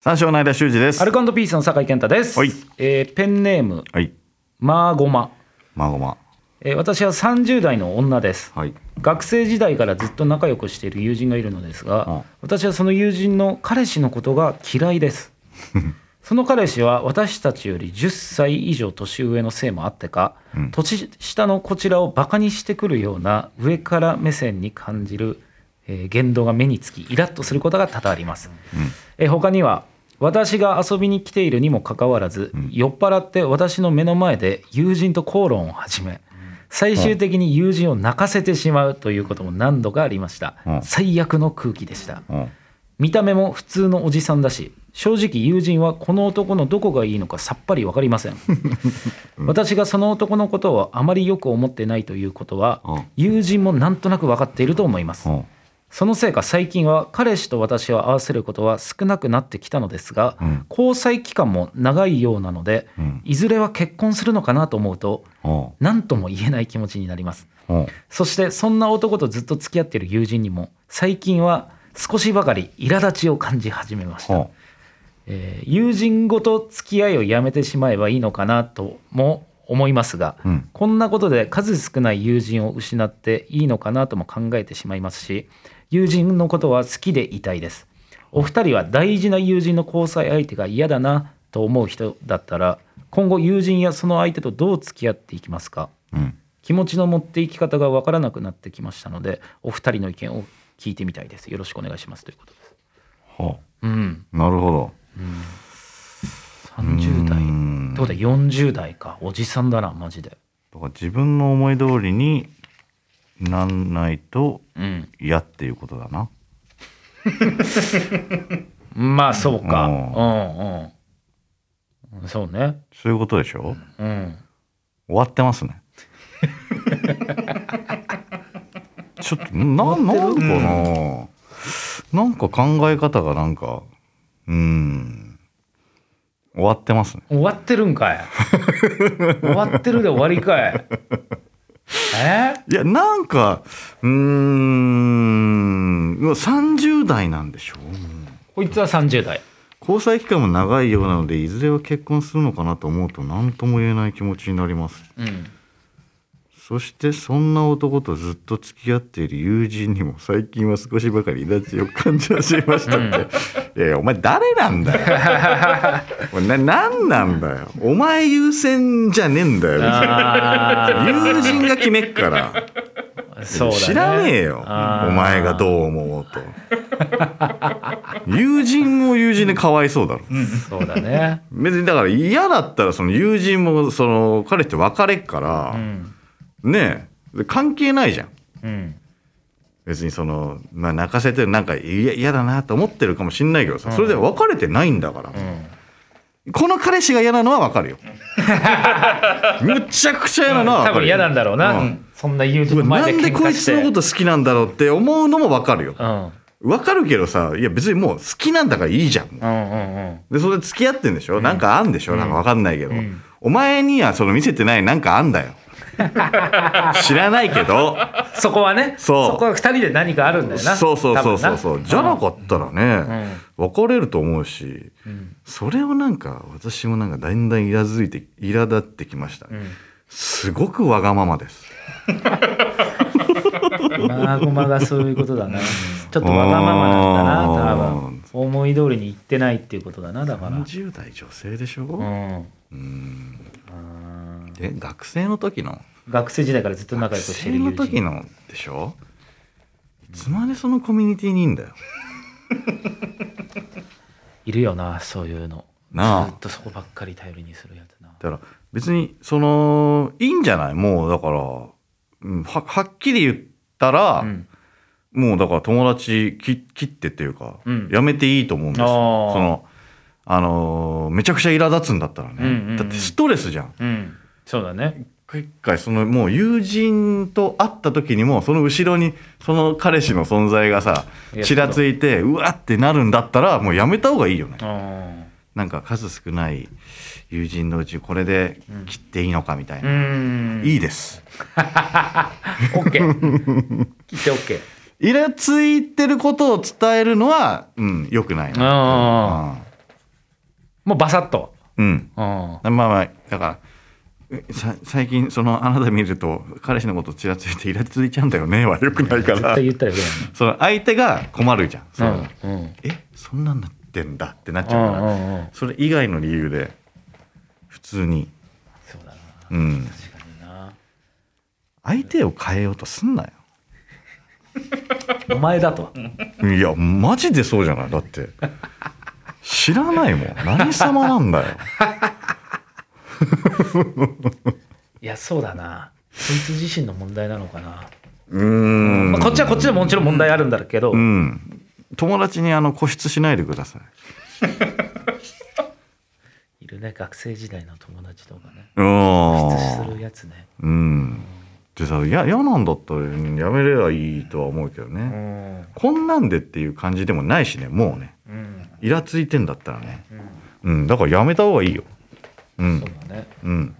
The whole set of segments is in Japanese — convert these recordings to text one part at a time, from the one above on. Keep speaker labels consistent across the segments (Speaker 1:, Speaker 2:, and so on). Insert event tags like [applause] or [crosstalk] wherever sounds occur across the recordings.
Speaker 1: 三章の間修二です
Speaker 2: アルコピースの酒井健太です。
Speaker 1: はい
Speaker 2: えーペンネーム、
Speaker 1: はい
Speaker 2: マーゴマ。
Speaker 1: まごま
Speaker 2: えー私は30代の女です。
Speaker 1: はい
Speaker 2: 学生時代からずっと仲良くしている友人がいるのですが、
Speaker 1: うん
Speaker 2: 私はその友人の彼氏のことが嫌いです。その彼氏は私たちより10歳以上年上のせいもあってか、
Speaker 1: うん
Speaker 2: 年下のこちらをバカにしてくるような上から目線に感じる、えー言動が目につきイラッとすることが多々あります、えー他には私が遊びに来ているにもかかわらず、酔っ払って私の目の前で友人と口論を始め最終的に友人を泣かせてしまうということも何度かありました、
Speaker 1: うん
Speaker 2: 最悪の空気でした、
Speaker 1: うん
Speaker 2: 見た目も普通のおじさんだし正直友人はこの男のどこがいいのかさっぱり分かり
Speaker 1: [laughs]
Speaker 2: ません私がその男のことをあまりよく思ってないということは
Speaker 1: うん
Speaker 2: 友人もなんとなく分かっていると思います
Speaker 1: うん
Speaker 2: そのせいか最近は彼氏と私を合わせることは少なくなってきたのですが、
Speaker 1: うん
Speaker 2: 交際期間も長いようなので、
Speaker 1: うん
Speaker 2: いずれは結婚するのかなと思うと
Speaker 1: うん
Speaker 2: 何とも言えない気持ちになります
Speaker 1: うん
Speaker 2: そしてそんな男とずっと付き合っている友人にも最近は少しばかり苛立ちを感じ始めま
Speaker 1: う
Speaker 2: した、
Speaker 1: ん
Speaker 2: えー友人ごと付き合いをやめてしまえばいいのかなとも思いますが、
Speaker 1: うん
Speaker 2: こんなことで数少ない友人を失っていいのかなとも考えてしまいますし友人のことは好きでいたいですお二人は大事な友人の交際相手が嫌だなと思う人だったら今後友人やその相手とどう付き合っていきますか
Speaker 1: うん
Speaker 2: 気持ちの持っていき方が分からなくなってきましたのでお二人の意見を聞いてみたいですよろしくお願いしますということです
Speaker 1: は
Speaker 2: うん
Speaker 1: あなるほど
Speaker 2: 30代
Speaker 1: うん
Speaker 2: ってことは40代かおじさんだなマジで
Speaker 1: だから自分の思い通りになんないと
Speaker 2: うん
Speaker 1: 嫌っていうことだな
Speaker 2: まあそうかう
Speaker 1: うん
Speaker 2: うんそうね
Speaker 1: そういうことでしょ
Speaker 2: うん
Speaker 1: 終わってますねちょっとななんかな、なんか考え方がなんかうん終わってますね
Speaker 2: 終わってるんかい終わってるで終わりかいえ
Speaker 1: いやなんかうーんうわ30代なんでしょもう
Speaker 2: こいつは30代
Speaker 1: 交際期間も長いようなのでいずれは結婚するのかなと思うと何とも言えない気持ちになります
Speaker 2: うん
Speaker 1: そしてそんな男とずっと付き合っている友人にも最近は少しばかり苛立ちを感じ始めましたって、いやいやお前誰なん
Speaker 2: [laughs]
Speaker 1: だよお前な何なんだよお前優先じゃねえんだよ友人が決めっから
Speaker 2: そうだ
Speaker 1: [laughs]
Speaker 2: ね
Speaker 1: 知らねえよ
Speaker 2: あー
Speaker 1: お前がどう思おうと友人も友人でかわいそうだろ
Speaker 2: そうだね
Speaker 1: 別にだから嫌だったらその友人もその彼って別れっか
Speaker 2: う
Speaker 1: ら、
Speaker 2: ん
Speaker 1: ねえで関係ないじゃん
Speaker 2: うん
Speaker 1: 別にその、まあ、泣かせてなんか嫌嫌だなと思ってるかもしんないけどさそれで別れてないんだから、
Speaker 2: うん
Speaker 1: この彼氏が嫌なのは分かる
Speaker 2: [laughs]
Speaker 1: よむちゃくちゃ嫌なのは分
Speaker 2: 多
Speaker 1: か
Speaker 2: 分
Speaker 1: る
Speaker 2: 嫌
Speaker 1: よ、
Speaker 2: なんだろうな、
Speaker 1: うん
Speaker 2: そんな友人
Speaker 1: う
Speaker 2: の
Speaker 1: わな
Speaker 2: 前
Speaker 1: ん
Speaker 2: で
Speaker 1: で
Speaker 2: 喧
Speaker 1: こ
Speaker 2: 嘩
Speaker 1: い
Speaker 2: し
Speaker 1: つ
Speaker 2: て
Speaker 1: のこと好きなんだろうって思うのも分かるよ
Speaker 2: うん
Speaker 1: 分かるけどさいや別にもう好きなんだからいいじゃん
Speaker 2: うんうんうん
Speaker 1: でそれで付き合ってんでしょ、なんかあんでしょ、なんかわかんないけど、
Speaker 2: ん
Speaker 1: お前にはその見せてないなんかあんだ [laughs] よ知らないけど
Speaker 2: そこはね
Speaker 1: そう
Speaker 2: こは二人で何かあるんだよな
Speaker 1: そうそうそうそう
Speaker 2: 多
Speaker 1: そう
Speaker 2: 分
Speaker 1: じゃなかったらね、別れると思うし、
Speaker 2: ん
Speaker 1: それをなんか私もなんかだんだんイラづいて苛立ってきました、
Speaker 2: ん
Speaker 1: すごくわがままです
Speaker 2: うんまあごまがそういうことだなちょっとわがままなんだな多分思い通りに言ってないっていうことだなだから
Speaker 1: 30代女性でしょ、
Speaker 2: うん
Speaker 1: で学生の時の
Speaker 2: 学生時代からずっと仲良く
Speaker 1: 学
Speaker 2: して
Speaker 1: 生
Speaker 2: る友
Speaker 1: の
Speaker 2: 人
Speaker 1: 時のでしょいつまでそのコミュニティにいんだよ
Speaker 2: いるよなそういうの
Speaker 1: なあ
Speaker 2: ずっとそこばっかり頼りにするやつな
Speaker 1: だから別にそのいいんじゃないもうだから、うん、ははっきり言ったら、
Speaker 2: うん
Speaker 1: もうだから友達き切ってっていうか、
Speaker 2: うん
Speaker 1: やめていいと思うんですよ
Speaker 2: あー
Speaker 1: そのあのーめちゃくちゃ苛立つんだったらね、
Speaker 2: うんうんうん
Speaker 1: だってストレスじゃん
Speaker 2: うんそうだね
Speaker 1: 一回そのもう友人と会った時にもその後ろにその彼氏の存在がさ
Speaker 2: いや
Speaker 1: ちらついてうわってなるんだったらもうやめた方がいいよね
Speaker 2: うん
Speaker 1: なんか数少ない友人のうちこれで切っていいのかみたいな、
Speaker 2: うん
Speaker 1: いいです。
Speaker 2: オッケー切ってオッケー
Speaker 1: イラついてることを伝えるのは、うん、良くないな。う
Speaker 2: あ
Speaker 1: ん
Speaker 2: もうバサッと。
Speaker 1: うん
Speaker 2: うん
Speaker 1: まあまあだからえさ最近そのあなた見ると彼氏のことちらついてイラついちゃうんだよねはよくないか
Speaker 2: 絶
Speaker 1: ら
Speaker 2: 対言ったらよく
Speaker 1: その相手が困るじゃんそ
Speaker 2: な
Speaker 1: の
Speaker 2: いよね。うんうん
Speaker 1: えそんなんなってんだってなっち
Speaker 2: う
Speaker 1: ゃうんから、
Speaker 2: うんうん
Speaker 1: それ以外の理由で普通に、
Speaker 2: そうだな
Speaker 1: うん、
Speaker 2: 確かにな
Speaker 1: 相手を変えようとすんなよ
Speaker 2: お前だと
Speaker 1: いやマジでそうじゃないだって知らないもん何様なんだよ
Speaker 2: いやそうだなそいつ自身の問題なのかな、
Speaker 1: うーん、
Speaker 2: まあ、こっちはこっちでもちろん問題あるんだけど、
Speaker 1: うん友達にあの固執しないでください
Speaker 2: いるね学生時代の友達とかね
Speaker 1: う
Speaker 2: 出
Speaker 1: ー
Speaker 2: す
Speaker 1: ん
Speaker 2: るやつね
Speaker 1: うんでさいや嫌なんだったらやめればいいとは思うけどね、
Speaker 2: うん
Speaker 1: こんなんでっていう感じでもないしねもうね
Speaker 2: うん
Speaker 1: イラついてんだったらね
Speaker 2: うん
Speaker 1: うんだからやめた方がいいよう
Speaker 2: そ
Speaker 1: ん
Speaker 2: うだね
Speaker 1: うん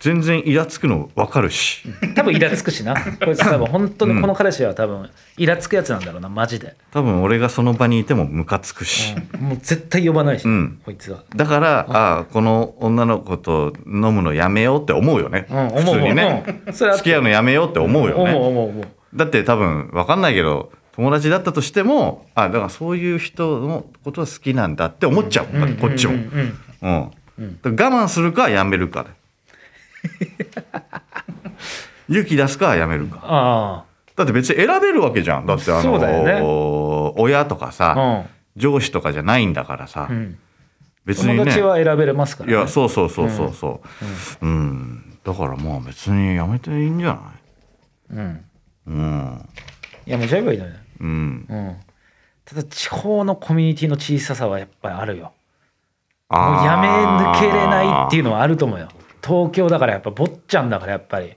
Speaker 1: 全然イラつくの分かるし
Speaker 2: うん多分イラつくしなこいつ多分本当にこの彼氏は多分イラつくやつなんだろうなマジで、
Speaker 1: 多分俺がその場にいてもムカつくし、
Speaker 2: うんもう絶対呼ばないし、
Speaker 1: うん
Speaker 2: こいつは
Speaker 1: だからああこの女の子と飲むのやめようって思うよね、
Speaker 2: うん思う
Speaker 1: 普通にね、
Speaker 2: うんそれは
Speaker 1: 付き合うのやめようって思うよね、
Speaker 2: 思う思う思う
Speaker 1: だって多分分かんないけど友達だったとしてもあだからそういう人のことは好きなんだって思っちゃう、だってこっちも、
Speaker 2: う
Speaker 1: うんん
Speaker 2: うんうん
Speaker 1: だから我慢するかやめる
Speaker 2: [laughs]
Speaker 1: かで勇気出すかやめるか
Speaker 2: あ
Speaker 1: だって別に選べるわけじゃんだってあ
Speaker 2: そ
Speaker 1: の、
Speaker 2: うだよね
Speaker 1: 親とかさ、
Speaker 2: あ
Speaker 1: 上司とかじゃないんだからさ、
Speaker 2: うん、うん、
Speaker 1: 別にね
Speaker 2: 友達は選べれますから、
Speaker 1: い
Speaker 2: ね、
Speaker 1: やそうそうそうそうそううん、だからまあ別にやめていいんじゃな
Speaker 2: うん、
Speaker 1: いうん
Speaker 2: やめちゃえばいいのよ、
Speaker 1: うん
Speaker 2: うん、ただ地方のコミュニティの小ささはやっぱりあるよも
Speaker 1: あ
Speaker 2: う
Speaker 1: ー
Speaker 2: やめ抜けれないっていうのはあると思うよ東京だからやっぱ坊ちゃんだからやっぱり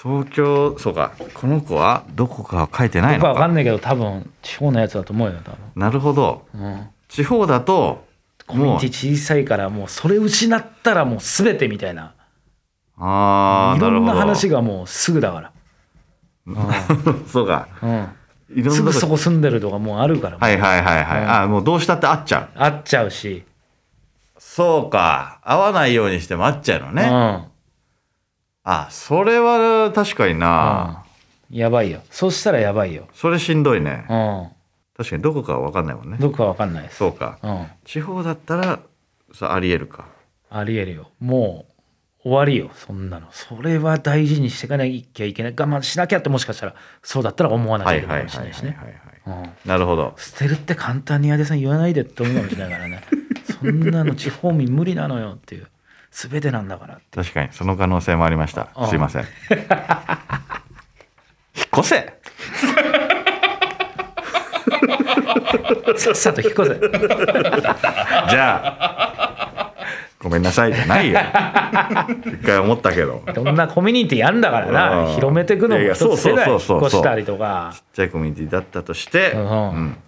Speaker 1: 東京そうかこの子はどこかは書いてない
Speaker 2: 僕
Speaker 1: の
Speaker 2: は分か
Speaker 1: か
Speaker 2: んないけど多分地方のやつだと思うよ多分、
Speaker 1: なるほど
Speaker 2: うん、
Speaker 1: 地方だと
Speaker 2: コミュ
Speaker 1: もう
Speaker 2: ニティ小さいからもうそれ失ったらもう全てみたいな
Speaker 1: ああ
Speaker 2: い
Speaker 1: な
Speaker 2: ろ
Speaker 1: る
Speaker 2: ん
Speaker 1: ほど
Speaker 2: な話がもうすぐだから
Speaker 1: [laughs] そうか
Speaker 2: うん、
Speaker 1: い
Speaker 2: うん、
Speaker 1: ろ
Speaker 2: す
Speaker 1: んな
Speaker 2: ぐそ
Speaker 1: こ
Speaker 2: こ住んでるとかもうあるから、
Speaker 1: はいはいはいはい、ああもうどうしたって会っちゃう
Speaker 2: 会っちゃうし、
Speaker 1: そうか会わないようにしても会っちゃうのね、
Speaker 2: う
Speaker 1: あ
Speaker 2: ん
Speaker 1: あそれは確かにな、
Speaker 2: うん、やばいよそうしたらやばいよ、
Speaker 1: それしんどいね、
Speaker 2: うん、
Speaker 1: 確かにどこかは分かんないもんね
Speaker 2: どこか分かんないです
Speaker 1: そうか
Speaker 2: うん、
Speaker 1: 地方だったらさありえるか
Speaker 2: ありえるよもう終わりよそんなのそれは大事にしていかなきゃいけない我慢しなきゃってもしかしたらそうだったら思わなきゃいけないかもしれないしね
Speaker 1: はい
Speaker 2: うん
Speaker 1: なるほど
Speaker 2: 捨てるって簡単に矢出さん言わないでって思うかもしれない
Speaker 1: [laughs]
Speaker 2: からねそんなの地方民無理なのよっていう全てなんだからって
Speaker 1: 確かにその可能性もありました
Speaker 2: あ
Speaker 1: すいません [laughs] 引っ越せ
Speaker 2: さっさと引っ越せ
Speaker 1: じゃあごめんなさいじゃないよ一回思ったけどちっ
Speaker 2: いろんなコミュニティあんだから
Speaker 1: う
Speaker 2: な、
Speaker 1: ん
Speaker 2: 広めていくのも一つ世
Speaker 1: いや
Speaker 2: 代、引っ
Speaker 1: いやそうそうそうそう
Speaker 2: 越したりとか。
Speaker 1: ちゃいコミュニティだったとして、
Speaker 2: う
Speaker 1: うんん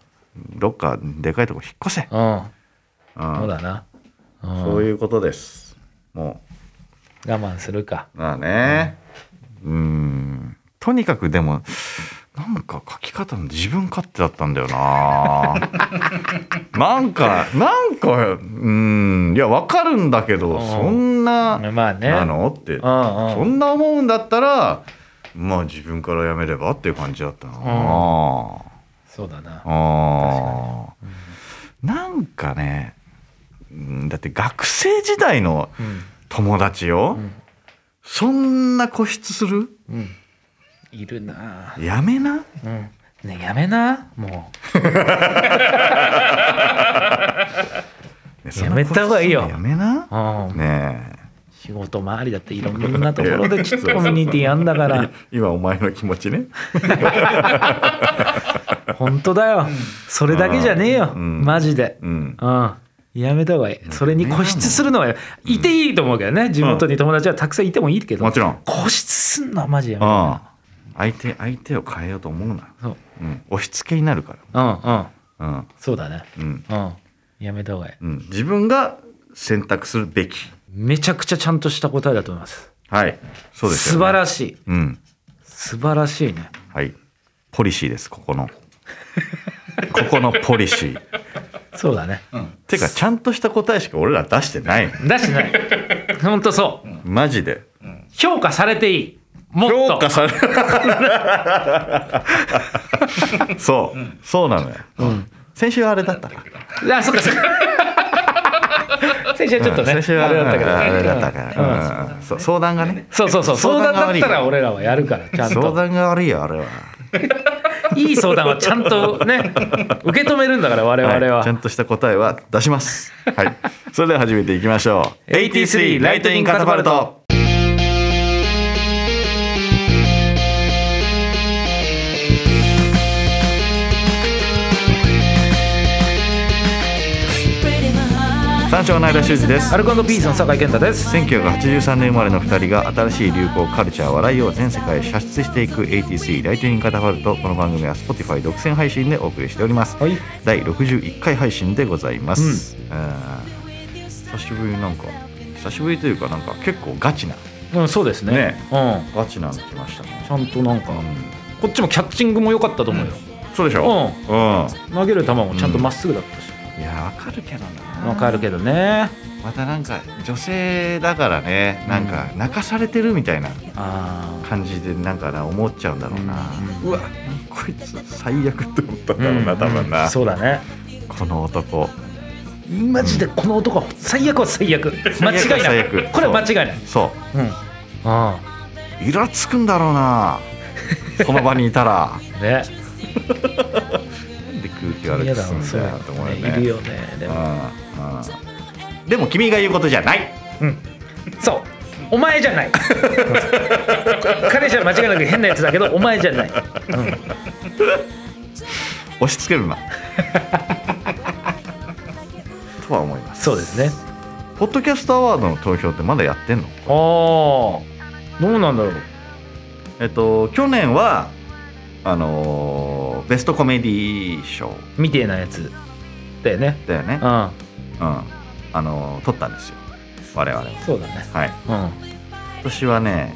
Speaker 1: どっかでかいとこ引っ越せ、
Speaker 2: うん、
Speaker 1: うん
Speaker 2: そうだな。うん
Speaker 1: そういうことですも
Speaker 2: 我慢するか。
Speaker 1: うまあねうんとにかくでもなんか書き方の自分勝手だったんだよな [laughs] なんかなんかうんいやわかるんだけど、
Speaker 2: うん
Speaker 1: そんな
Speaker 2: まあね。
Speaker 1: なのって、
Speaker 2: うんうん
Speaker 1: そんな思うんだったらまあ自分からやめればっていう感じだったな、あ
Speaker 2: そうだな。
Speaker 1: あなんかねうんだって学生時代の
Speaker 2: うん。
Speaker 1: 友達よ、
Speaker 2: ん
Speaker 1: そんな固執する
Speaker 2: うん。いるな。
Speaker 1: やめな
Speaker 2: うん。ねやめな。も [laughs] やめた方がいいよ
Speaker 1: そんな固執するのやめな
Speaker 2: う。うん。
Speaker 1: ねえ
Speaker 2: 仕事周りだっていろんなところでちょっとコミュニティやんだから。
Speaker 1: 今お前の気持ちね
Speaker 2: 本当だよ。それだけじゃねえよ。
Speaker 1: うん
Speaker 2: マジで。
Speaker 1: うん
Speaker 2: うん。やめた方がいい。それに固執するのは、いていいと思うけどね。地元に友達はたくさんいてもいいけど。
Speaker 1: もちろん
Speaker 2: 固執すんのはマジやめた
Speaker 1: ああ相手相手を変えようと思うな、
Speaker 2: そう。
Speaker 1: うん、押し付けになるか
Speaker 2: うんうん。
Speaker 1: ら
Speaker 2: そうだね。
Speaker 1: うんうん
Speaker 2: うん。やめた方がいい。
Speaker 1: うん、自分が選択するべき
Speaker 2: めちゃくちゃちゃんとした答えだと思います。
Speaker 1: はいそうですよ、
Speaker 2: 素
Speaker 1: ね、
Speaker 2: 晴
Speaker 1: しい
Speaker 2: らしい。
Speaker 1: うん
Speaker 2: 素晴らしいね。 [laughs]
Speaker 1: はいポリシーですここのここのポリシー
Speaker 2: そうだね
Speaker 1: てかちゃんとした答えしか俺ら出してないの
Speaker 2: だしない本当そう
Speaker 1: マジで
Speaker 2: 評価されていいもっと
Speaker 1: 評価される [laughs] そう、そうなのよ、先週はあれだったから
Speaker 2: あそっかそっか先週はちょっとね、
Speaker 1: 先週は
Speaker 2: あれだったから
Speaker 1: あれだったからうんそう相談がね
Speaker 2: そうそうそう相
Speaker 1: 相
Speaker 2: 談
Speaker 1: 談が悪
Speaker 2: だっ
Speaker 1: い
Speaker 2: たら俺らはやるからちゃん
Speaker 1: 相
Speaker 2: と
Speaker 1: 談が悪いよあれはい
Speaker 2: い相談はちゃんとね受け止めるんだから我々は、
Speaker 1: はいちゃんとした答えは出し
Speaker 2: [laughs]
Speaker 1: ますはいそれでは始めていきましょう
Speaker 2: AT3 ライトニングカタパルト
Speaker 1: 三章の間修司です
Speaker 2: アルコピースの酒井健太です
Speaker 1: 1983年生まれの2人が新しい流行カルチャー笑いを全世界へ射出していく AT3 ライトニングカタパルトこの番組は Spotify 独占配信でお送りしております、
Speaker 2: はい
Speaker 1: 第61回配信でございます、あー久しぶりなんか久しぶりというかなんか結構ガチな
Speaker 2: うんそうですね
Speaker 1: ね
Speaker 2: う
Speaker 1: ガチなの来ましたね
Speaker 2: んちゃんとなんか、
Speaker 1: うん
Speaker 2: こっちもキャッチングも良かったと思うよ、
Speaker 1: そうでしょうん、
Speaker 2: 投げる球もちゃんとまっすぐだったし
Speaker 1: いやわかるけどな
Speaker 2: わ、かるけどね
Speaker 1: またなんか女性だからねなんか泣かされてるみたいな
Speaker 2: あ
Speaker 1: 感じでなんかな思っちゃうんだろうな、う
Speaker 2: う
Speaker 1: んわこいつ最悪って思ったん
Speaker 2: あ
Speaker 1: だろうな、多分な、
Speaker 2: そうだね
Speaker 1: この男
Speaker 2: マジでこの男は最悪は最悪間違いな
Speaker 1: 最
Speaker 2: い
Speaker 1: 悪最悪
Speaker 2: これは間違いない
Speaker 1: そ
Speaker 2: うんあ
Speaker 1: うイラつくんだろうなその場にいたら
Speaker 2: あ
Speaker 1: な
Speaker 2: ね
Speaker 1: んで空気悪くすんだよと思うよね
Speaker 2: いるよねで
Speaker 1: うん
Speaker 2: も
Speaker 1: うんでも君が言うことじゃない
Speaker 2: うんそうお前じゃない [laughs] 彼じゃ間違いなく変なやつだけどお前じゃない、うん
Speaker 1: 押し付けるな [laughs] とは思います
Speaker 2: そうですね
Speaker 1: ポッドキャストアワードの投票ってまだやってんの
Speaker 2: ああどうなんだろう
Speaker 1: えっと去年はあのーベストコメディ賞
Speaker 2: みてえなやつだよね
Speaker 1: だよね
Speaker 2: う、ん
Speaker 1: うんあのー取ったんですよ我々は
Speaker 2: そうだね
Speaker 1: はい
Speaker 2: うん
Speaker 1: 今年はね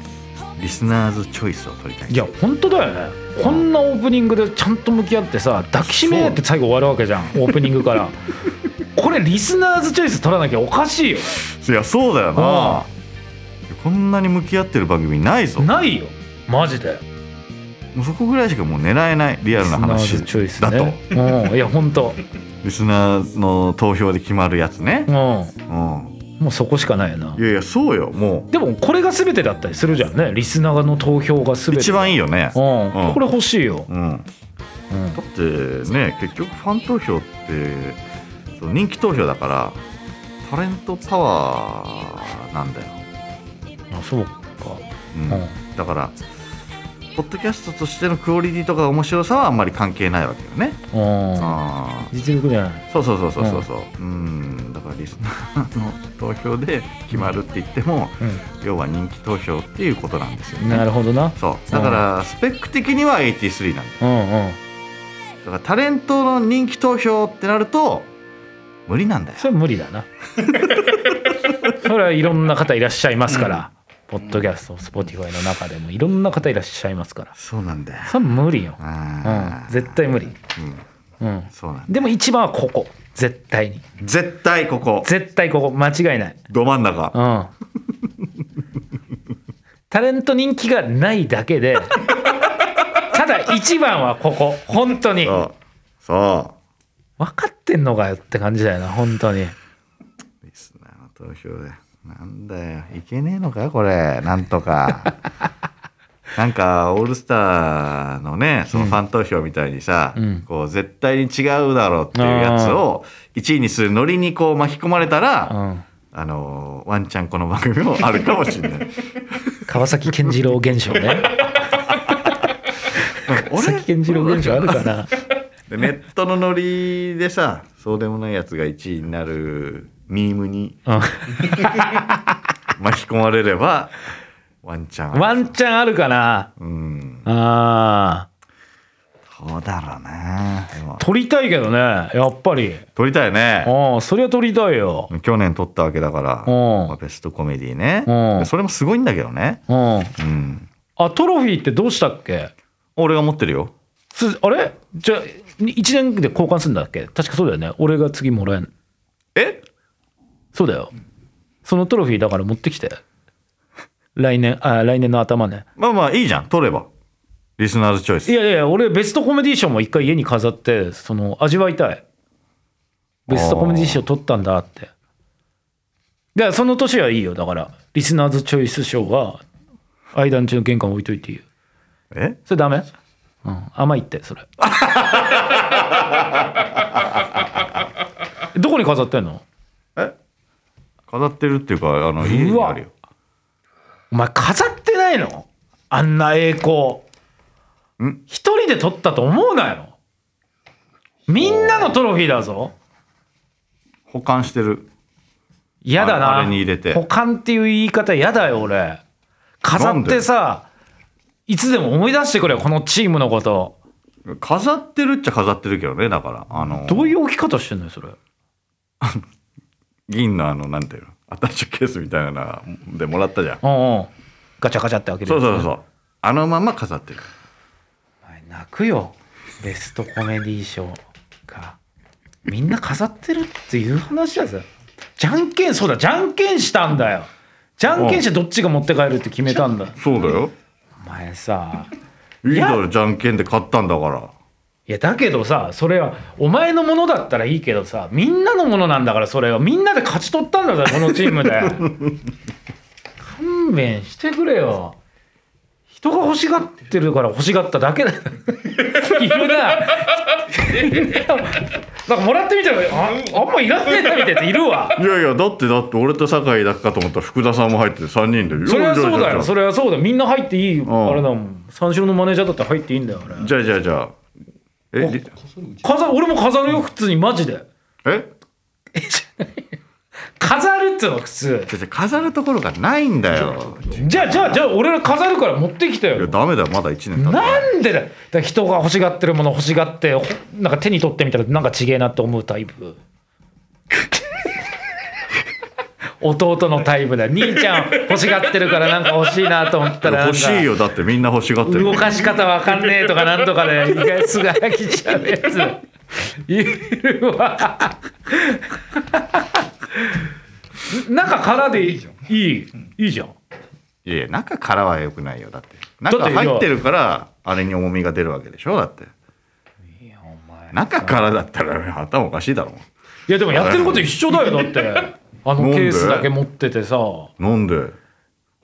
Speaker 1: リスナーズチョイスを取りたい
Speaker 2: いや本当だよねこんなオープニングでちゃんと向き合ってさ抱きしめ合って最後終わるわけじゃんオープニング [laughs] からこれリスナーズチョイス取らなきゃおかしいよ
Speaker 1: いやそうだよなこんなに向き合ってる番組ないぞも
Speaker 2: ないよマジで
Speaker 1: うそこぐらいしかもう狙えないリアルな話
Speaker 2: リスナーズチョイス
Speaker 1: だと
Speaker 2: ねうんいや本当
Speaker 1: リスナーの投票で決まるやつね
Speaker 2: う、
Speaker 1: うん、
Speaker 2: んもうそこしかないよない
Speaker 1: やいやそうよも
Speaker 2: でもこれが全てだったりするじゃんねリスナーの投票が全
Speaker 1: う
Speaker 2: て
Speaker 1: 一番いいよね
Speaker 2: う、
Speaker 1: うんん
Speaker 2: これ欲しいよ、
Speaker 1: うん、
Speaker 2: うん
Speaker 1: だってね結局ファン投票ってその人気投票だからタレントパワーなんだよ、
Speaker 2: あそうか
Speaker 1: うん
Speaker 2: うん
Speaker 1: だからポッドキャストとしてのクオリティとか面白さはあんまり関係ないわけよね、
Speaker 2: うん
Speaker 1: あ
Speaker 2: 実力じゃない
Speaker 1: ーそうそうそうそうそうそううんだからリスナーの投票で決まるって言っても要は人気投票っていうことなんですよ
Speaker 2: うん
Speaker 1: ね
Speaker 2: なるほどな
Speaker 1: そうだからスペック的には83なんだよ
Speaker 2: うんうん
Speaker 1: だからタレントの人気投票ってなると無理なんだよ
Speaker 2: それは無理だなそれはいろんな方いらっしゃいますから、ポッドキャストスポティファイの中でもいろんな方いらっしゃいますから
Speaker 1: そうなんだよ
Speaker 2: それは無理よ、う
Speaker 1: あ
Speaker 2: ん、
Speaker 1: ー
Speaker 2: 絶対無理、
Speaker 1: うん
Speaker 2: うん、
Speaker 1: そうなんだ
Speaker 2: でも一番はここ絶対に
Speaker 1: 絶対ここ
Speaker 2: 絶対ここ間違いない
Speaker 1: ど真ん中
Speaker 2: うん。タレント人気がないだけで、ただ一番はここ、本当に。
Speaker 1: そうそ
Speaker 2: 分かってんのかよって感じだよな、本当に。
Speaker 1: うリスナーの投票でなんだよいけねえのかこれなんと
Speaker 2: [laughs]
Speaker 1: かなんかオールスターのねそのファン投票みたいにさ、
Speaker 2: うん
Speaker 1: こう絶対に違うだろうっていうやつを1位にするノリにこう巻き込まれたら、
Speaker 2: うん。
Speaker 1: あのーワンチャンこの番組もあるかもしれ
Speaker 2: [laughs]
Speaker 1: ない。
Speaker 2: 川崎健次郎現象ね。川崎健次郎現象あるかな。
Speaker 1: でネットのノリでさそうでもないやつが1位になるミームに
Speaker 2: う
Speaker 1: 巻き込まれればワンチャンあ
Speaker 2: ん。
Speaker 1: る
Speaker 2: ワンチャンあるかな。
Speaker 1: うん
Speaker 2: ああ。
Speaker 1: そうだろうなでも
Speaker 2: 撮りたいけどね、やっぱり。
Speaker 1: 撮りたいね
Speaker 2: うん、そりゃ撮りたいよ。
Speaker 1: 去年撮ったわけだから、
Speaker 2: うん
Speaker 1: まあベストコメディね、
Speaker 2: うん
Speaker 1: それもすごいんだけどね、
Speaker 2: うん。
Speaker 1: うん、
Speaker 2: あ、トロフィーってどうしたっけ
Speaker 1: 俺が持ってるよ
Speaker 2: すあれじゃあ1年で交換するんだっけ確かそうだよね俺が次もらえん
Speaker 1: え
Speaker 2: そうだよそのトロフィーだから持ってきて来年あ来年の頭ね
Speaker 1: まあまあいいじゃん取ればリスナーズチョイス
Speaker 2: いやいやいや俺ベストコメディ賞も一回家に飾ってその味わいたいベストコメディ賞取ったんだってでその年はいいよだからリスナーズチョイス賞は間のちの玄関置いといていいよ
Speaker 1: え
Speaker 2: それダメ、うん、甘いって [laughs] それどこに飾ってんの
Speaker 1: 飾ってるっていうかあの家にあるよ
Speaker 2: お前飾ってないのあんな栄光
Speaker 1: ん
Speaker 2: 一人で取ったと思うなよみんなのトロフィーだぞ
Speaker 1: 保管してる
Speaker 2: 嫌だな
Speaker 1: あれに入れて
Speaker 2: 保管っていう言い方嫌だよ俺飾ってさいつでも思い出してくれよこのチームのこと
Speaker 1: 飾ってるっちゃ飾ってるけどねだからあの
Speaker 2: どういう置き方してんのよそれ
Speaker 1: 銀のあのなんていうのアタッシュケースみたいなのでもらったじゃん
Speaker 2: うんうんガチャガチャって開ける
Speaker 1: そうそうそう
Speaker 2: う
Speaker 1: そうあのまま飾ってる
Speaker 2: 泣くよベストコメディー賞がみんな飾ってるっていう話だぜじゃんけんそうだじゃんけんしたんだよじゃんけんしてどっちが持って帰るって決めたんだ
Speaker 1: そうだよ
Speaker 2: お前さ
Speaker 1: いいだろじゃんけんで買ったんだから
Speaker 2: いやだけどさそれはお前のものだったらいいけどさみんなのものなんだからそれはみんなで勝ち取ったんだぞこのチー [laughs] ムで勘弁してくれよ人が欲しがってるから欲しがっただけだよ言う [laughs] ななんかもらってみたらああんまいらねえなみたいなやついるわ
Speaker 1: いやいやだってだって俺と酒井だけかと思ったら福田さんも入ってて3人で
Speaker 2: それはそうだ
Speaker 1: いやいやいやい
Speaker 2: よ
Speaker 1: や
Speaker 2: それはそうだよみんな入っていいあれだ
Speaker 1: ん
Speaker 2: もん三四郎のマネージャーだったら入っていいんだよ俺
Speaker 1: じゃあじゃあじゃあえり
Speaker 2: 飾俺も飾るよ普通にマジで
Speaker 1: え
Speaker 2: 飾るっつうの普通
Speaker 1: じゃあじゃあ飾るところがないんだよ
Speaker 2: じゃあじゃあじゃあ俺ら飾るから持ってきた
Speaker 1: いや
Speaker 2: よ
Speaker 1: ダメだよまだ1年経って
Speaker 2: なんでだだから人が欲しがってるもの欲しがってほなんか手に取ってみたらなんかちげえなって思うタイ [laughs] プ弟のタイプだ兄ちゃん欲しがってるからなんか欲しいなと思ったらなん
Speaker 1: 欲
Speaker 2: か
Speaker 1: しいよだってみんな欲しがってる
Speaker 2: 動かし方わかんねえとかなんとかで意外すがきちゃうやついる [laughs] わなんか空でいいいいいじゃん
Speaker 1: いやいや中からは良くないよだって中入ってるからあれに重みが出るわけでしょだって
Speaker 2: いやお前
Speaker 1: 中からだったら頭おかしいだろ
Speaker 2: いやでもやってること一緒だよだ [laughs] ってあ
Speaker 1: なん
Speaker 2: の
Speaker 1: で
Speaker 2: ケースだけ持っててさ
Speaker 1: なんで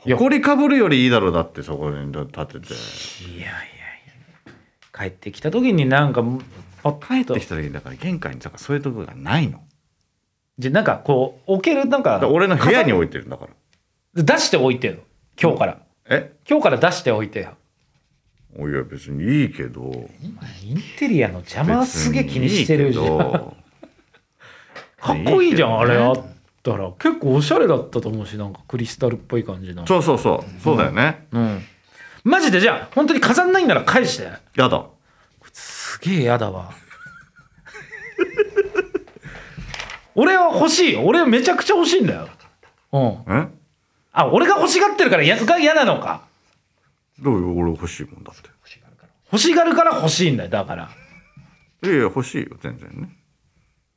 Speaker 2: いや
Speaker 1: 埃かぶるよりいいだろだってそこに立てて
Speaker 2: いやいやいや帰ってきた時になんかパッと
Speaker 1: できた時にだから玄関にだからそういうとこがないの
Speaker 2: じゃなんかこう置けるなん
Speaker 1: だ
Speaker 2: か
Speaker 1: から俺の部屋に置いてるんだから
Speaker 2: 出しておいてよ今日から
Speaker 1: え
Speaker 2: 今日から出しておいてよ
Speaker 1: おいや別にいいけど
Speaker 2: お前インテリアの邪魔すげえ気にしてるじゃん
Speaker 1: ん
Speaker 2: かっこいいじゃんあれ
Speaker 1: いいけど
Speaker 2: あ
Speaker 1: ね
Speaker 2: ったら結構おしゃれだったと思うしなんかクリスタルっぽい感じの
Speaker 1: そうそうそうそうだよね、
Speaker 2: うんマジでじゃあ本当に飾んないんなら返して
Speaker 1: やだ
Speaker 2: すげえやだわ俺は欲しいよ俺めちゃくちゃ欲しいんだようん
Speaker 1: え
Speaker 2: あ俺が欲しがってるからやつが嫌なのか
Speaker 1: どうよ俺欲しいもんだって
Speaker 2: 欲しがるから欲しいんだよだから
Speaker 1: いやいや欲しいよ全然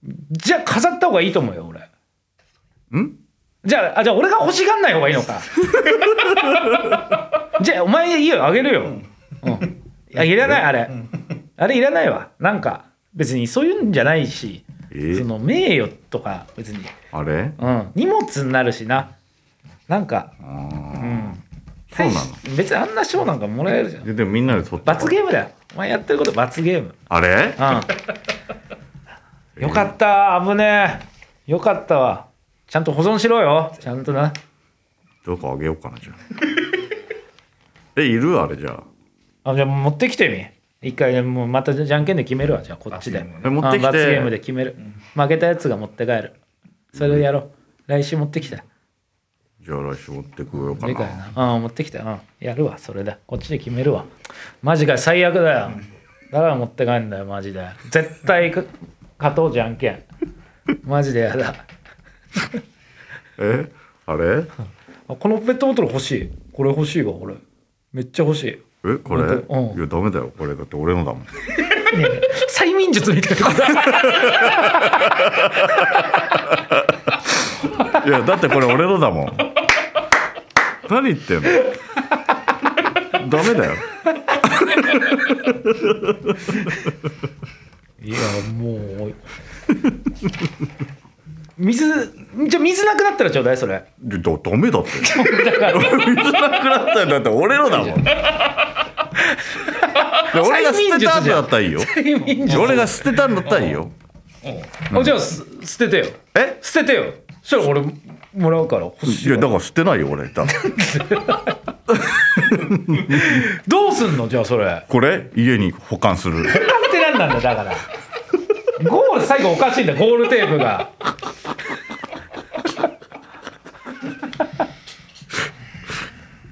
Speaker 1: ね
Speaker 2: じゃあ飾った方がいいと思うよ俺
Speaker 1: うん
Speaker 2: じゃああじゃあ俺が欲しがんない方がいいのかじゃあお前いいよあげるよ、うん、いやいらないあれあれいらないわなんか別にそういうんじゃないし
Speaker 1: え
Speaker 2: その名誉とか別に、
Speaker 1: あれ
Speaker 2: うん、荷物になるしななんか、
Speaker 1: あ
Speaker 2: う
Speaker 1: ー
Speaker 2: ん、
Speaker 1: そうなの
Speaker 2: 別にあんな賞なんかもらえるじゃん
Speaker 1: いやでもみんなで撮って
Speaker 2: 罰ゲームだよお前やってること罰ゲーム
Speaker 1: あれ
Speaker 2: [laughs] うん。よかった、危ねえ。よかったわ。ちゃんと保存しろよ。ちゃんとな。
Speaker 1: どこあげようかなじゃあ [laughs] えいるあれじゃあ
Speaker 2: あ、じゃあ持ってきてみ。一回、もうまたじゃんけんで決めるわ。じゃあこっちで。
Speaker 1: え持って
Speaker 2: うん
Speaker 1: き
Speaker 2: 罰ゲーム
Speaker 1: て
Speaker 2: で決める。負けたやつが持って帰る。それをやろう。来週持ってきて。
Speaker 1: じゃあ来週持ってくようか
Speaker 2: でかい
Speaker 1: な
Speaker 2: な。うん、持ってきて。うん。やるわ、それで。こっちで決めるわ。マジかよ、最悪だよ。だから持って帰んだよ、マジで。絶対か勝とうじゃんけん。マジでやだ。
Speaker 1: えあれ
Speaker 2: あこのペットボトル欲しいこれ欲しいわ俺めっちゃ欲しい
Speaker 1: えこれ、
Speaker 2: うん
Speaker 1: いやダメだよこれだって俺のだもん
Speaker 2: ねえ催眠術みたいなこと
Speaker 1: いやだってこれ俺のだもん何言ってんのダメだよ
Speaker 2: いやもう水じゃあ水なくなったらちょうだいそれ
Speaker 1: いやだダメだって水なくなったんだって俺のだもんで俺が捨てたんだったらいいよ
Speaker 2: 催眠術
Speaker 1: 俺が捨てたんだったらいいよ
Speaker 2: あじゃあす捨ててよ
Speaker 1: え
Speaker 2: 捨ててよそしたら俺もらうから欲しい
Speaker 1: いやだから捨てないよ俺だって
Speaker 2: どうすんのじゃあそれ
Speaker 1: これ家に保管する
Speaker 2: なんてなんなんだだからゴール最後おかしいんだゴールテープが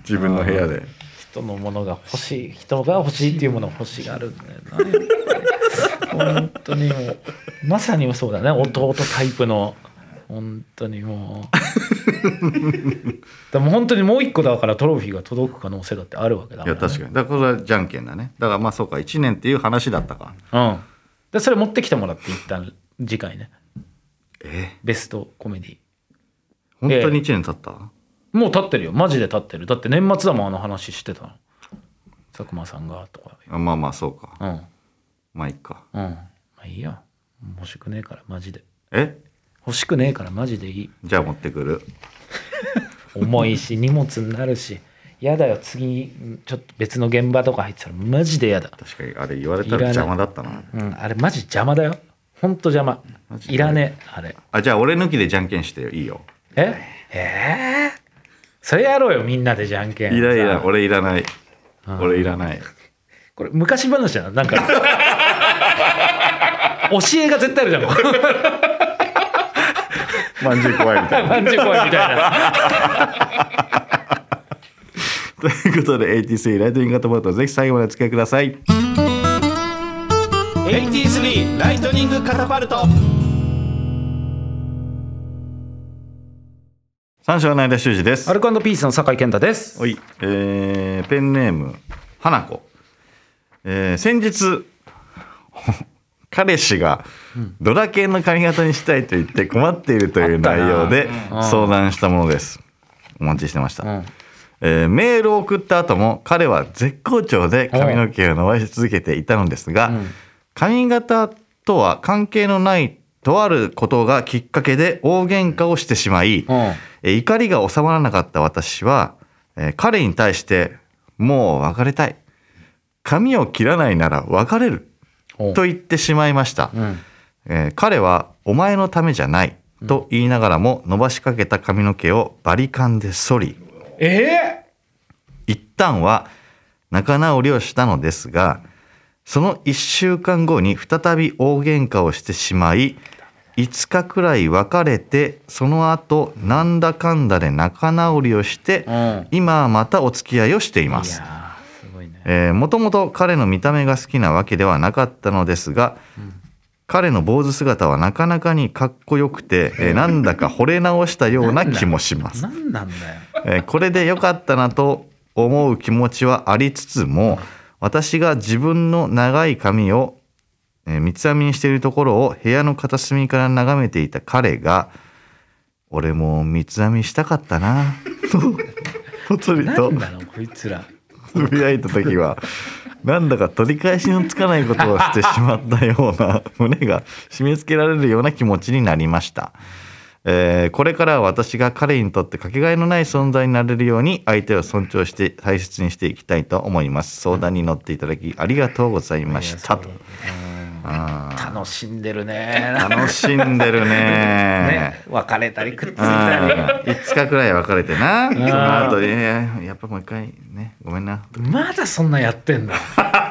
Speaker 1: 自分の部屋で
Speaker 2: 人のものが欲しい人が欲しいっていうものを欲しがるんだよな本当にもうまさにそうだね弟タイプの本当にもうでも本当にもう一個だからトロフィーが届く可能性だってあるわけだ
Speaker 1: い
Speaker 2: もん
Speaker 1: や確かにだからこれはじゃんけんだねだからまあそうか1年っていう話だったか
Speaker 2: うんでそれ持ってきてもらって一旦次回ね
Speaker 1: え
Speaker 2: ベストコメディ
Speaker 1: 本当に1年経った、
Speaker 2: もう立ってるよマジで立ってるだって年末だもんあの話してたの佐久間さんがとか
Speaker 1: あまあまあそうか
Speaker 2: うんうん
Speaker 1: まあいっか
Speaker 2: まあいいや欲しくねえからマジで
Speaker 1: え
Speaker 2: 欲しくねえからマジでいい
Speaker 1: じゃあ持ってくる
Speaker 2: 重いし [laughs] 荷物になるし嫌だよ次ちょっと別の現場とか入ってたらマジで嫌だ
Speaker 1: 確かにあれ言われた
Speaker 2: いら
Speaker 1: ら
Speaker 2: ない
Speaker 1: 邪魔だったな
Speaker 2: うんあれマジ邪魔だよほんと邪魔
Speaker 1: マジで
Speaker 2: いらねえあれ
Speaker 1: あじゃあ俺抜きでじゃんけんしてよいいよ
Speaker 2: ええーそれやろうよみんなでじゃんけん
Speaker 1: いらいら
Speaker 2: さあ
Speaker 1: 俺いらない
Speaker 2: うん
Speaker 1: 俺いらない
Speaker 2: これ昔話だな [laughs] なんか教えが絶対あるじゃ [laughs] んこう
Speaker 1: まんじゅう怖いみたいな
Speaker 2: 何十怖いみたいな
Speaker 1: [laughs] ということで AT3 ライトニングカットボートぜひ最後までお付き合いください
Speaker 3: 83ライトニングカタパルト
Speaker 1: 三章の間修二です
Speaker 2: アルコピースの酒井健太です
Speaker 1: おい、えーペンネーム花子、えー先日 [laughs] 彼氏がドラケンの髪型にしたいと言って困っているという内容で相談したものですお待ちしてました、
Speaker 2: うん
Speaker 1: えーメールを送った後も彼は絶好調で髪の毛を伸ばし続けていたのですが、髪型とは関係のないとあることがきっかけで大喧嘩をしてしまい、
Speaker 2: うん
Speaker 1: えー怒りが収まらなかった私は、えー彼に対して「もう別れたい」「髪を切らないなら別れる」
Speaker 2: お
Speaker 1: と言ってしまいました、
Speaker 2: うん
Speaker 1: えー彼は「お前のためじゃない」と言いながらも伸ばしかけた髪の毛をバリカンで剃り
Speaker 2: え
Speaker 1: 一旦は仲直りをしたのですがその1週間後に再び大喧嘩をしてしまい5日くらい別れてその後なんだかんだで仲直りをして
Speaker 2: うん
Speaker 1: 今はまたお付き合いをしていま
Speaker 2: ーい
Speaker 1: す。
Speaker 2: やーすごいね
Speaker 1: えーもともと彼の見た目が好きなわけではなかったのですが、彼の坊主姿はなかなかにかっこよくて、えーなんだか惚れ直したような気もします。
Speaker 2: 何なんだよ
Speaker 1: えーこれで良かったなと思う気持ちはありつつも私が自分の長い髪を、えー三つ編みにしているところを部屋の片隅から眺めていた彼が「俺も三つ編みしたかったな」とぽつりと
Speaker 2: 何なのこいつら
Speaker 1: つぶやいた時はなんだか取り返しのつかないことをしてしまったような胸が締め付けられるような気持ちになりました、えーこれからは私が彼にとってかけがえのない存在になれるように相手を尊重して大切にしていきたいと思います相談に乗っていただきありがとうございましたとあ
Speaker 2: 楽しんでるね
Speaker 1: ー楽しんで [laughs] るね
Speaker 2: ね別れたりくっついたり
Speaker 1: あー5日くらい別れてな [laughs] その
Speaker 2: ん
Speaker 1: 後ねやっぱもう一回ねごめんな
Speaker 2: まだそんなやってんだ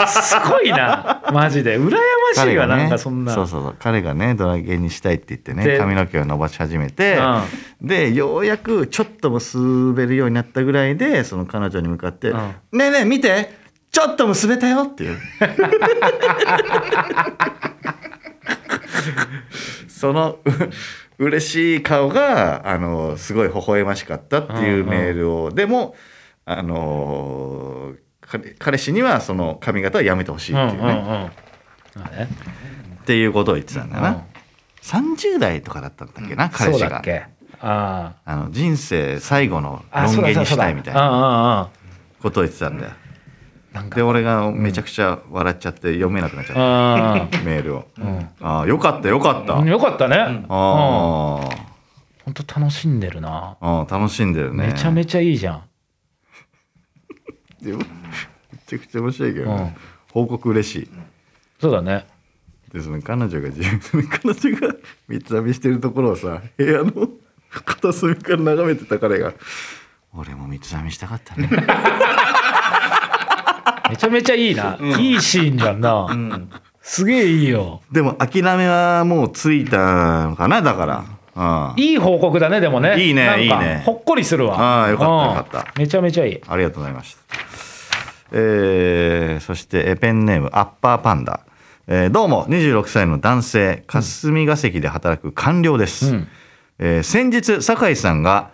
Speaker 2: すごいなマジで羨ましいわ、
Speaker 1: ね
Speaker 2: なんかそんな
Speaker 1: そうそうそう彼がねドラゲにしたいって言って
Speaker 2: で
Speaker 1: ね髪の毛を伸ばし始めて、でようやくちょっと結べるようになったぐらいでその彼女に向かって「
Speaker 2: うん
Speaker 1: ねえねえ見てちょっと結べたよ」って
Speaker 2: [laughs]
Speaker 1: いうそのう嬉しい顔があのすごい微笑ましかったっていうメールを、でもあの彼彼氏にはその髪型はやめてほしい
Speaker 2: うん
Speaker 1: っ
Speaker 2: う
Speaker 1: て
Speaker 2: ん
Speaker 1: いううんね、
Speaker 2: まあね
Speaker 1: っていうことを言ってたんだな、
Speaker 2: うん
Speaker 1: 30代とかだったんだっけな、彼
Speaker 2: そう
Speaker 1: 氏
Speaker 2: だ
Speaker 1: が
Speaker 2: っけあ
Speaker 1: あの人生最後の
Speaker 2: ああ
Speaker 1: ロ
Speaker 2: そ
Speaker 1: ン
Speaker 2: うだ
Speaker 1: 毛にし
Speaker 2: そうだそうだ
Speaker 1: たいみたいな
Speaker 2: あああ
Speaker 1: ことを言ってたんだよ
Speaker 2: あなんか
Speaker 1: で俺がめちゃくちゃ笑っちゃって読めなくなっちゃっ
Speaker 2: あ
Speaker 1: [laughs] た、メールを、
Speaker 2: ん
Speaker 1: ああよかったよかった、
Speaker 2: あ
Speaker 1: あ
Speaker 2: よかったねうん本
Speaker 1: あ、
Speaker 2: 当楽しんでるな
Speaker 1: ああ楽しんでるね
Speaker 2: めちゃめちゃいいじゃん
Speaker 1: でもめちゃくちゃ面白いけどね、
Speaker 2: うん
Speaker 1: 報告嬉しい
Speaker 2: そうだね
Speaker 1: でその彼女が自分 [laughs] 彼女が三つ編みしてるところをさ部屋の片隅から眺めてた彼が「俺も三つ編みしたかったね」
Speaker 2: めちゃめちゃいいな、いいシーンじゃんな、すげえいいよ
Speaker 1: でも諦めはもうついたのかなだから、うん、
Speaker 2: いい報告だねでもね
Speaker 1: いいね
Speaker 2: なんか
Speaker 1: いいね
Speaker 2: ほっこりするわ
Speaker 1: ああよかった
Speaker 2: うん
Speaker 1: よかった
Speaker 2: めちゃめちゃいい
Speaker 1: ありがとうございましたえーそしてえペンネームアッパーパンダ、えーどうも26歳の男性霞が関で働く官僚です、
Speaker 2: うん
Speaker 1: えー先日酒井さんが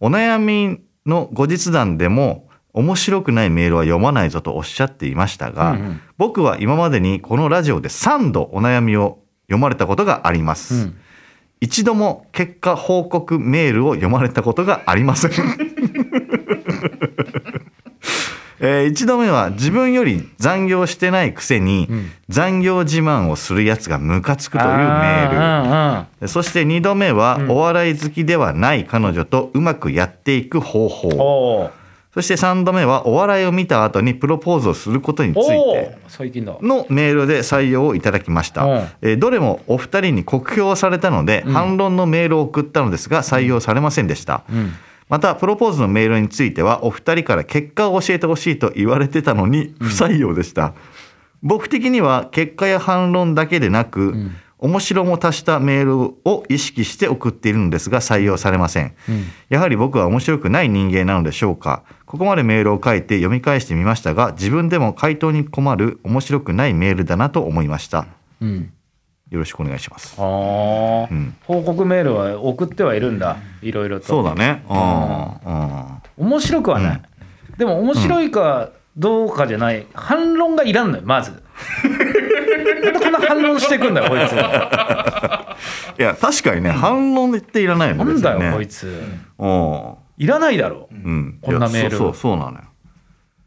Speaker 1: お悩みの後日談でも面白くないメールは読まないぞとおっしゃっていましたが、
Speaker 2: うんうん
Speaker 1: 僕は今までにこのラジオで3度お悩みを読まれたことがあります、
Speaker 2: うん
Speaker 1: 一度も結果報告メールを読まれたことがありません、 [laughs] えー一度目は自分より残業してないくせに
Speaker 2: うん
Speaker 1: 残業自慢をするやつがムカつくというメール
Speaker 2: ああ
Speaker 1: そして2度目は、
Speaker 2: うん
Speaker 1: お笑い好きではない彼女とうまくやっていく方
Speaker 2: うんうん
Speaker 1: 法
Speaker 2: おー
Speaker 1: そして3度目はお笑いを見た後にプロポーズをすることについ
Speaker 2: お
Speaker 1: て
Speaker 2: ー最近だ
Speaker 1: のメールで採用をいただきました、
Speaker 2: うん
Speaker 1: えーどれもお二人に酷評されたので、
Speaker 2: うん
Speaker 1: 反論のメールを送ったのですが採用されませんでした、
Speaker 2: うん
Speaker 1: またプロポーズのメールについてはお二人から結果を教えてほしいと言われてたのに不採用でした、僕的には結果や反論だけでなく、
Speaker 2: ん
Speaker 1: 面白も足したメールを意識して送っているのですが採用されません、
Speaker 2: うん
Speaker 1: やはり僕は面白くない人間なのでしょうかここまでメールを書いて読み返してみましたが自分でも回答に困る面白くないメールだなと思いました
Speaker 2: うん
Speaker 1: よろしくお願いします
Speaker 2: ああ、
Speaker 1: うん
Speaker 2: 報告メールは送ってはいるんだいろいろと
Speaker 1: そうだねうんうん
Speaker 2: 面白くはない、でも面白いかどうかじゃない、反論がいらんのよ
Speaker 1: [laughs]
Speaker 2: まずなんでこんな反論してくんだよこいつ
Speaker 1: いや確かにね、反論っていらないよね
Speaker 2: なんだよ、こい
Speaker 1: つ
Speaker 2: つ
Speaker 1: うん
Speaker 2: いらないだろ
Speaker 1: うん、
Speaker 2: こんない
Speaker 1: や
Speaker 2: メール
Speaker 1: そうそうそうなのよ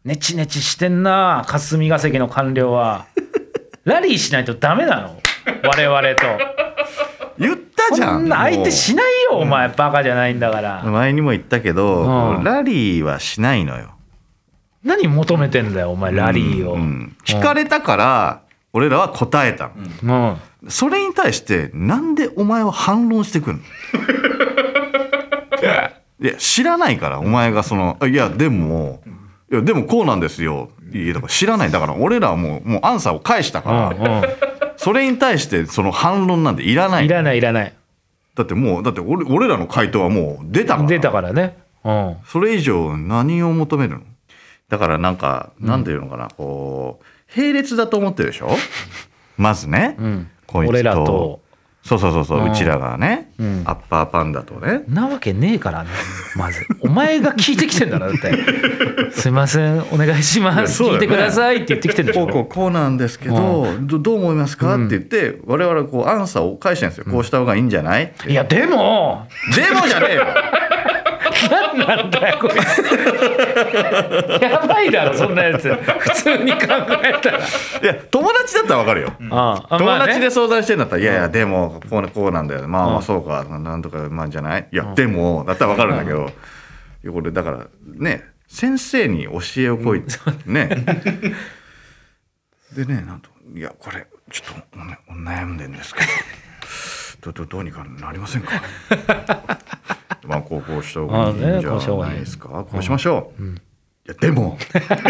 Speaker 2: ネチネチしてんな霞が関の官僚
Speaker 1: [laughs]
Speaker 2: はラリーしないとダメなの我々と
Speaker 1: 言ったじゃ
Speaker 2: そ
Speaker 1: ん
Speaker 2: んな相手しないよお前バカじゃないんだから、
Speaker 1: もう前にも言ったけど、
Speaker 2: うん
Speaker 1: ラリーはしないのよ
Speaker 2: 何求めてんだよお前ラリーを、う
Speaker 1: うんん聞かれたから俺らは答えたの、それに対してなんでお前は反論して
Speaker 2: [laughs]
Speaker 1: くるのいや知らないからお前がその「いやでもいやでもこうなんですよ」いやだから知らないだから俺らはもうもうアンサーを返した
Speaker 2: うん
Speaker 1: から、それに対してその反論なんていらな
Speaker 2: うん、
Speaker 1: い
Speaker 2: いらないいらない
Speaker 1: だってもうだって俺俺らの回答はもう出たから
Speaker 2: 出たからね、うん、
Speaker 1: それ以上何を求めるのだからなんかなんていうのかな、こう並列だと思ってるでしょまずね、
Speaker 2: うん、
Speaker 1: こいつと
Speaker 2: 俺らと
Speaker 1: そうそうそうそう、
Speaker 2: う
Speaker 1: うんちらがね、
Speaker 2: うん
Speaker 1: アッパーパンダとね
Speaker 2: なわけねえからねまずお前が聞いてきてんだろだって「すいませんお願いしま
Speaker 1: や
Speaker 2: す、
Speaker 1: そうだよね
Speaker 2: 聞いてください」って言ってきてんでし
Speaker 1: こ
Speaker 2: ょ
Speaker 1: うこうこうなんですけど、どどう思いますか、って言って我々はこうアンサーを返してるんですよ、こうした方がいいんじゃないって
Speaker 2: いやでも
Speaker 1: でもじゃねえよ
Speaker 2: 何なんだよこいつやばいだろそんなやつ普通に考えたら
Speaker 1: [laughs] いや友達だったらわかるよ、
Speaker 2: ああ
Speaker 1: 友達で
Speaker 2: ま
Speaker 1: 相談してんだったら「いやいやでもこうこうなんだよまあま
Speaker 2: う
Speaker 1: あ
Speaker 2: ん
Speaker 1: そうかなんとかまあじゃないいやでも」だったら分かるんだけどいやこれだからね先生に教えをこいてねでねなんと「いやこれちょっとおねお悩んでんですけどどどどうにかなりませんか? 」まあこうこうした方がいいんじゃ
Speaker 2: ああねこうした方がいい
Speaker 1: ないですかこうしましょう。いやでも
Speaker 2: あね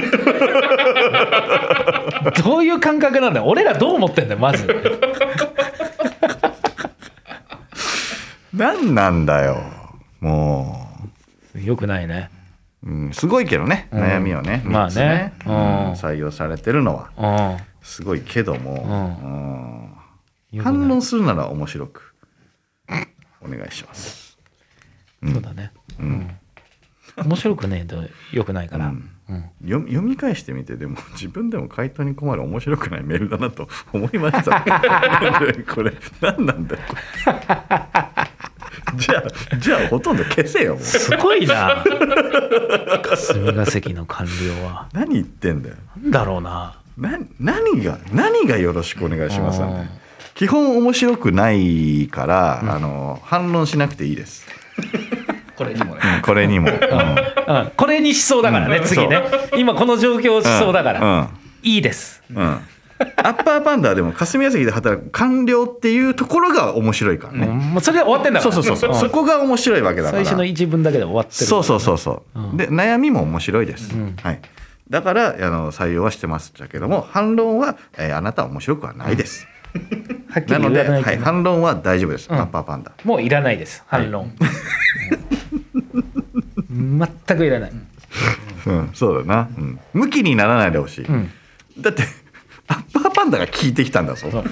Speaker 2: どういう感覚なんだよ俺らどう思ってんだよまず
Speaker 1: 何なんだよもう。
Speaker 2: よくないね
Speaker 1: うん、すごいけどね
Speaker 2: ん
Speaker 1: 悩みをね,、
Speaker 2: まあね
Speaker 1: 三つ
Speaker 2: うん
Speaker 1: 採用されてるのは
Speaker 2: うんよ
Speaker 1: すごいけども、うん
Speaker 2: うくない
Speaker 1: 反論するなら面白くお願いします
Speaker 2: そうだね、うん面白くねえとよくないから、
Speaker 1: う
Speaker 2: うんん
Speaker 1: 読み読み返してみてでも [laughs] 自分でも回答に困る面白くないメールだなと思いました
Speaker 2: [laughs]
Speaker 1: なんでこれ何なんだよこれじゃあじゃあほとんど消せよもう
Speaker 2: すご
Speaker 1: [laughs]
Speaker 2: いな霞が関の官僚は
Speaker 1: 何言ってんだよ
Speaker 2: なんだろうな
Speaker 1: な何が何がよろしくお願いしますなんだよ
Speaker 2: うん
Speaker 1: 基本面白くないから、あの反論しなくていいです、
Speaker 2: これにもね
Speaker 1: うんこれにも、う
Speaker 2: [laughs]
Speaker 1: ん
Speaker 2: うん、これにしそうだからね、
Speaker 1: うん
Speaker 2: 次ね今この状況しそうだから、
Speaker 1: うんうん
Speaker 2: いいです
Speaker 1: うん、アッパーパンダでも霞が関で働く官僚っていうところが面白いからね、
Speaker 2: もうそれで終わってんだか
Speaker 1: そう
Speaker 2: ら
Speaker 1: そうそうそう、
Speaker 2: ん
Speaker 1: そこが面白いわけだから
Speaker 2: 最初の一文だけで終わってる
Speaker 1: そうそうそうそう、
Speaker 2: うん
Speaker 1: で悩みも面白いです、
Speaker 2: うん
Speaker 1: はい、だからあの採用はしてますだけども反論は、えーあなたは面白くはないです、
Speaker 2: はっき
Speaker 1: な
Speaker 2: り
Speaker 1: の
Speaker 2: 言
Speaker 1: で、
Speaker 2: わない
Speaker 1: は
Speaker 2: け
Speaker 1: い、
Speaker 2: ど、
Speaker 1: 反論は大丈夫です、
Speaker 2: うん
Speaker 1: アッパーパンダ
Speaker 2: もういらないです反論、うん全くいらない、
Speaker 1: うんそうだな、うん、向きにならないでほしい、
Speaker 2: うん
Speaker 1: だってアッパーパンダが聞いてきたんだぞ
Speaker 2: そう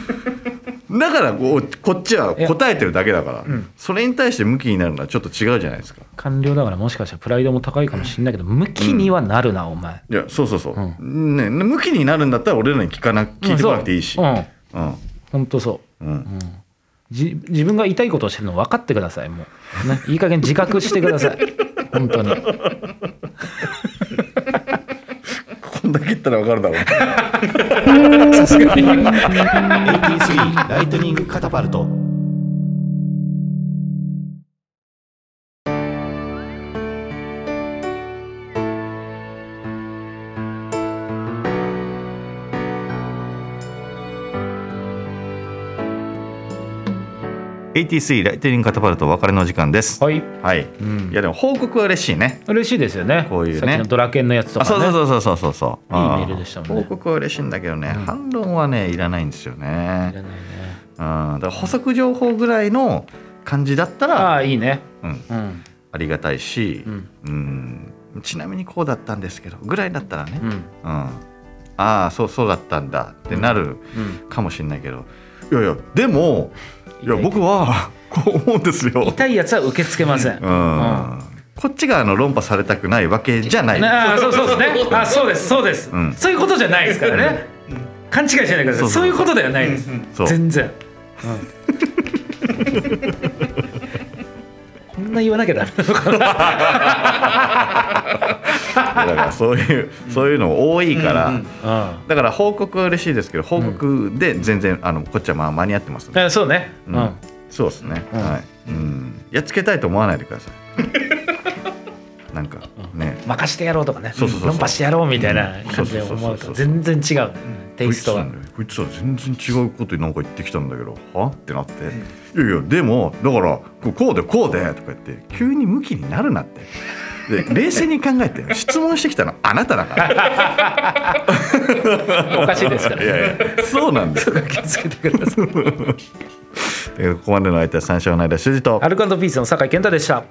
Speaker 1: だからこうこっちはい
Speaker 2: や
Speaker 1: 答えてるだけだから、
Speaker 2: ん
Speaker 1: それに対して向きになるのはちょっと違うじゃないですか
Speaker 2: 官僚だからもしかしたらプライドも高いかもしれないけど向きにはなるな、お前
Speaker 1: いやそうそうそう、
Speaker 2: う
Speaker 1: ね、向きになるんだったら俺らに聞かな聞いてこなくていいし、
Speaker 2: うんそう
Speaker 1: うん
Speaker 2: 本当そう
Speaker 1: うん
Speaker 2: じ自分が痛いことをしてるの分かってくださいもう、ね、いい加減自覚してください本当に
Speaker 1: こんだけ言ったらわかるだろう
Speaker 2: さすがに
Speaker 3: 83ライトニングカタパルト
Speaker 1: 83ライトニングカタパルトお別れの時間です。
Speaker 2: はい
Speaker 1: はい。
Speaker 2: ん
Speaker 1: いやでも報告は嬉しいね。
Speaker 2: 嬉しいですよね
Speaker 1: こういうね
Speaker 2: さっきのドラケンのやつと
Speaker 1: あ、
Speaker 2: か、ね、
Speaker 1: そうそうそうそうそうそう。
Speaker 2: いいメ
Speaker 1: うん
Speaker 2: ールでしたもんね
Speaker 1: 報告は嬉しいんだけどね、反論はねいらないんですよ
Speaker 2: いら
Speaker 1: ね。
Speaker 2: ない
Speaker 1: う
Speaker 2: ね
Speaker 1: ん。だから補足情報ぐらいの感じだった
Speaker 2: あ
Speaker 1: ら、
Speaker 2: あいいね
Speaker 1: うん、
Speaker 2: うん
Speaker 1: ありがたいし、
Speaker 2: う
Speaker 1: うんん。ちなみにこうだったんですけどぐらいだったらね、
Speaker 2: う
Speaker 1: うん。
Speaker 2: ん
Speaker 1: ああ、そうそうだったんだってなる
Speaker 2: うん
Speaker 1: かもしれないけど、いやいやでも、いや
Speaker 2: 痛い
Speaker 1: 僕はこう思うんですよ。
Speaker 2: 痛いやつは受け付けません、
Speaker 1: うんこっちがあの論破されたくないわけじゃない。
Speaker 2: ああそうそうですねあそうですそうです、
Speaker 1: うん
Speaker 2: そういうことじゃないですからね、勘違いしないでくださいそ
Speaker 1: そううそうそう
Speaker 2: いうことではないです、
Speaker 1: そう
Speaker 2: 全然、こんな言わなきゃダメなのかな
Speaker 1: だからそういうそういうの多いから、
Speaker 2: うん
Speaker 1: だから報告は嬉しいですけど報告で全然、あのこっちはまあ間に合ってますね。
Speaker 2: あそうね、う
Speaker 1: うんんそうですね。
Speaker 2: うん
Speaker 1: はい。うん。やっつけたいと思わないでください。 [laughs] なんかね。
Speaker 2: 任してやろうとかね
Speaker 1: そうそうそうそう
Speaker 2: 論破してやろうみたいな感じで
Speaker 1: うんそうそうそうそう
Speaker 2: 思うと全然違うテイストは
Speaker 1: こいつは全然違うことなんか言ってきたんだけどはってなって「いやいやでもだからこうこうでこうで」とか言って急に向きになるなってで
Speaker 2: [laughs]
Speaker 1: 冷静に考えて質問してきたのあなただから
Speaker 2: おかしいですから
Speaker 1: いやいやそうなん
Speaker 2: [laughs]
Speaker 1: ですよ
Speaker 2: 気をつけてください
Speaker 1: というここまでの相手は三章の間主人と
Speaker 2: アルコピースの酒井健太でした